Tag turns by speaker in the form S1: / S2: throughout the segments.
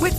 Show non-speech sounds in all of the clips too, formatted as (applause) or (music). S1: With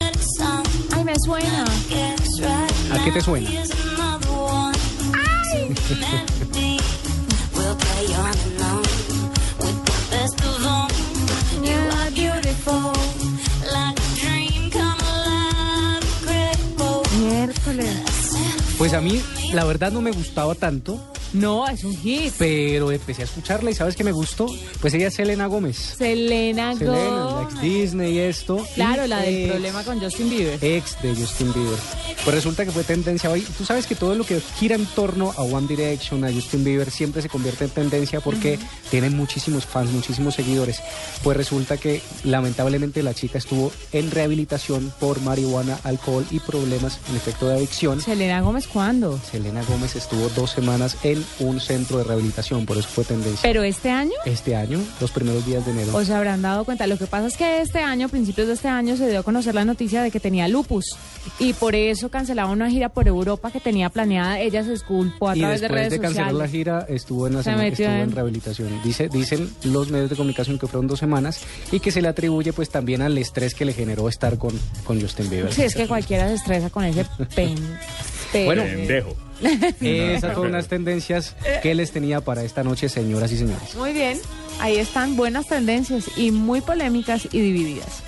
S2: Ay, me suena.
S3: ¿A qué te suena?
S2: You are beautiful. Like a dream come alive. Incredible.
S4: Miércoles.
S3: Pues a mí, la verdad, no me gustaba tanto,
S4: No, es un hit.
S3: pero empecé a escucharla y ¿sabes qué me gustó? Pues ella es Selena Gómez.
S4: Selena
S3: Selena, la ex
S4: Gomez.
S3: Disney y esto. y
S4: Claro, la del
S3: ex-
S4: problema con Justin Bieber.
S3: Ex de Justin Bieber. Pues resulta que fue tendencia hoy. Tú sabes que todo lo que gira en torno a One Direction, a Justin Bieber, siempre se convierte en tendencia porque tienen muchísimos fans, muchísimos seguidores. Pues resulta que lamentablemente la chica estuvo en rehabilitación por marihuana, alcohol y problemas en efecto de adicción.
S4: Selena Gómez, ¿cuándo?
S3: Selena Gómez estuvo dos semanas en un centro de rehabilitación, por eso fue tendencia.
S4: ¿Pero este año?
S3: Este año, los primeros días de enero.
S4: ¿O se habrán dado cuenta? Lo que pasa es que este año, a principios de este año, se dio a conocer la noticia de que tenía lupus y por eso cancelaba una gira por Europa que tenía planeada. Ella se esculpó a
S3: y
S4: través
S3: después
S4: de
S3: de,
S4: redes
S3: cancelar la
S4: sociales.
S3: gira, estuvo en, la
S4: Se
S3: sema-
S4: metió
S3: estuvo en
S4: en-
S3: rehabilitación. Dice, dicen los medios de comunicación que fueron dos semanas y que se le atribuye pues también al estrés que le generó estar con, con Justin Bieber.
S4: Si es que cualquiera se estresa
S3: (laughs)
S4: con ese pen.
S3: Bueno,
S5: Pendejo.
S3: esas son las tendencias que les tenía para esta noche, señoras y señores.
S4: Muy bien, ahí están buenas tendencias y muy polémicas y divididas.